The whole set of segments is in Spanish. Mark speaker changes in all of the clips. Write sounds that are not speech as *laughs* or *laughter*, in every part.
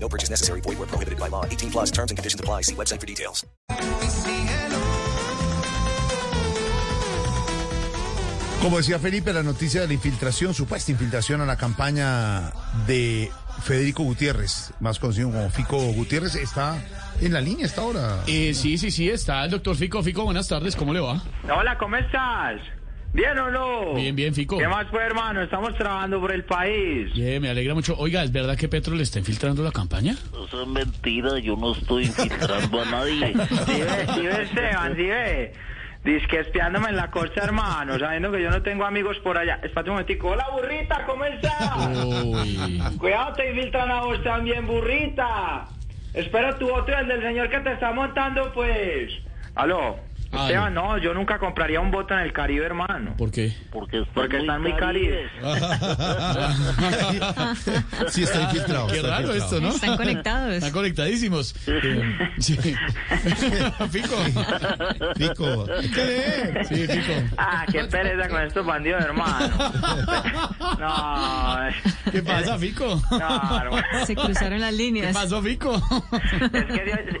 Speaker 1: No purchase necessary. Void where prohibited by law. 18 plus terms and conditions apply. See website for details.
Speaker 2: Como decía Felipe, la noticia de la infiltración, supuesta infiltración a la campaña de Federico Gutiérrez, más conocido como Fico Gutiérrez, está en la línea hasta ahora.
Speaker 3: Eh, sí, sí, sí, está el doctor Fico. Fico, buenas tardes, ¿cómo le va?
Speaker 4: Hola, ¿cómo estás? ¿Bien o no?
Speaker 3: Bien, bien, Fico.
Speaker 4: ¿Qué más fue, hermano? Estamos trabajando por el país.
Speaker 3: Bien, me alegra mucho. Oiga, ¿es verdad que Petro le está infiltrando la campaña?
Speaker 5: Eso es mentira, yo no estoy infiltrando
Speaker 4: *laughs*
Speaker 5: a nadie.
Speaker 4: Sí ve, sí ve, Esteban, sí ve. Dizque espiándome en la costa, hermano, sabiendo que yo no tengo amigos por allá. Espérate un momentico. Hola, burrita, ¿cómo estás?
Speaker 3: Uy.
Speaker 4: Cuidado, te infiltran a vos también, burrita. Espero tu otro, el del señor que te está montando, pues. Aló.
Speaker 3: Aló.
Speaker 4: Esteban, no, yo nunca compraría un voto en el Caribe, hermano.
Speaker 3: ¿Por qué?
Speaker 5: Porque están
Speaker 4: Porque
Speaker 5: muy
Speaker 4: están muy caribes.
Speaker 2: Sí, está infiltrado.
Speaker 3: Qué
Speaker 2: está infiltrado.
Speaker 3: raro esto, ¿no? *laughs*
Speaker 6: Están conectados.
Speaker 3: Están
Speaker 4: *laughs*
Speaker 3: conectadísimos. Eh, sí. *laughs* Fico.
Speaker 2: Fico, hay que leer.
Speaker 3: Sí, Fico.
Speaker 4: Ah, qué pereza con estos bandidos, hermano. No,
Speaker 3: ¿Qué pasa, Fico?
Speaker 4: no, hermano.
Speaker 6: Se cruzaron las
Speaker 3: ¿Qué
Speaker 6: líneas.
Speaker 3: pasó, Fico?
Speaker 4: Es que Dios-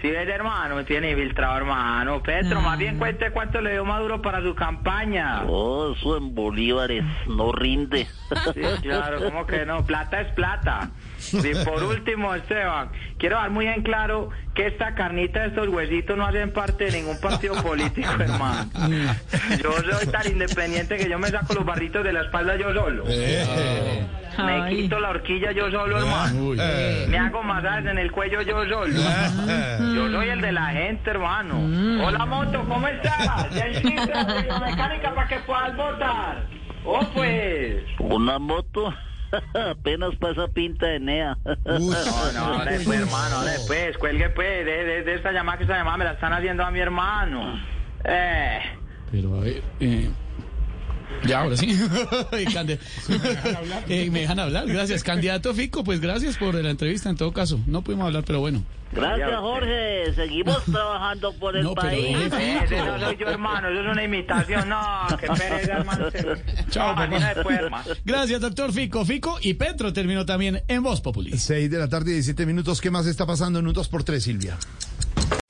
Speaker 4: Si ves, hermano, me tiene infiltrado, hermano. Petro, más bien cuente cuánto le dio Maduro para su campaña.
Speaker 5: Oh, eso en bolívares no rinde.
Speaker 4: Sí, claro, ¿cómo que no? Plata es plata. Y por último, Esteban, quiero dar muy en claro que esta carnita de estos huesitos no hacen parte de ningún partido político, hermano. Yo soy tan independiente que yo me saco los barritos de la espalda yo solo.
Speaker 2: Eh,
Speaker 4: Me
Speaker 6: Ay.
Speaker 4: quito la horquilla yo solo, hermano.
Speaker 3: Uy.
Speaker 4: Me hago masajes en el cuello yo solo. ¿eh? Yo soy el de la gente, hermano. Hola, moto, ¿cómo estás? Ya hiciste la mecánica para que puedas votar. Oh, pues.
Speaker 5: *laughs* Una moto *laughs* apenas pasa pinta de nea.
Speaker 4: No, no, hable pues, hermano, hable pues, cuelgue pues, de, de- de esta llamada que esta llamada me la están haciendo a mi hermano. Eh,
Speaker 3: Pero a ver. eh, Ya, ahora sí. *laughs* Eh, candi- Eh, me dejan hablar. Gracias. Candidato Fico, pues gracias por la entrevista en todo caso. No pudimos hablar, pero bueno.
Speaker 5: *laughs* Gracias, Jorge. Seguimos trabajando por el
Speaker 3: No, pero
Speaker 5: país.
Speaker 3: deje,
Speaker 4: eh, ese no soy yo, hermano, eso es una imitación, no, qué pereza, hermano.
Speaker 5: *laughs*
Speaker 3: Chao, pues, papá.
Speaker 4: No, Ah, mañana después, hermano.
Speaker 3: Gracias, doctor Fico. Fico y Petro terminó también en Voz Populi.
Speaker 2: 6 de la tarde, 17 minutos. ¿Qué más está pasando en un 2 por 3 Silvia?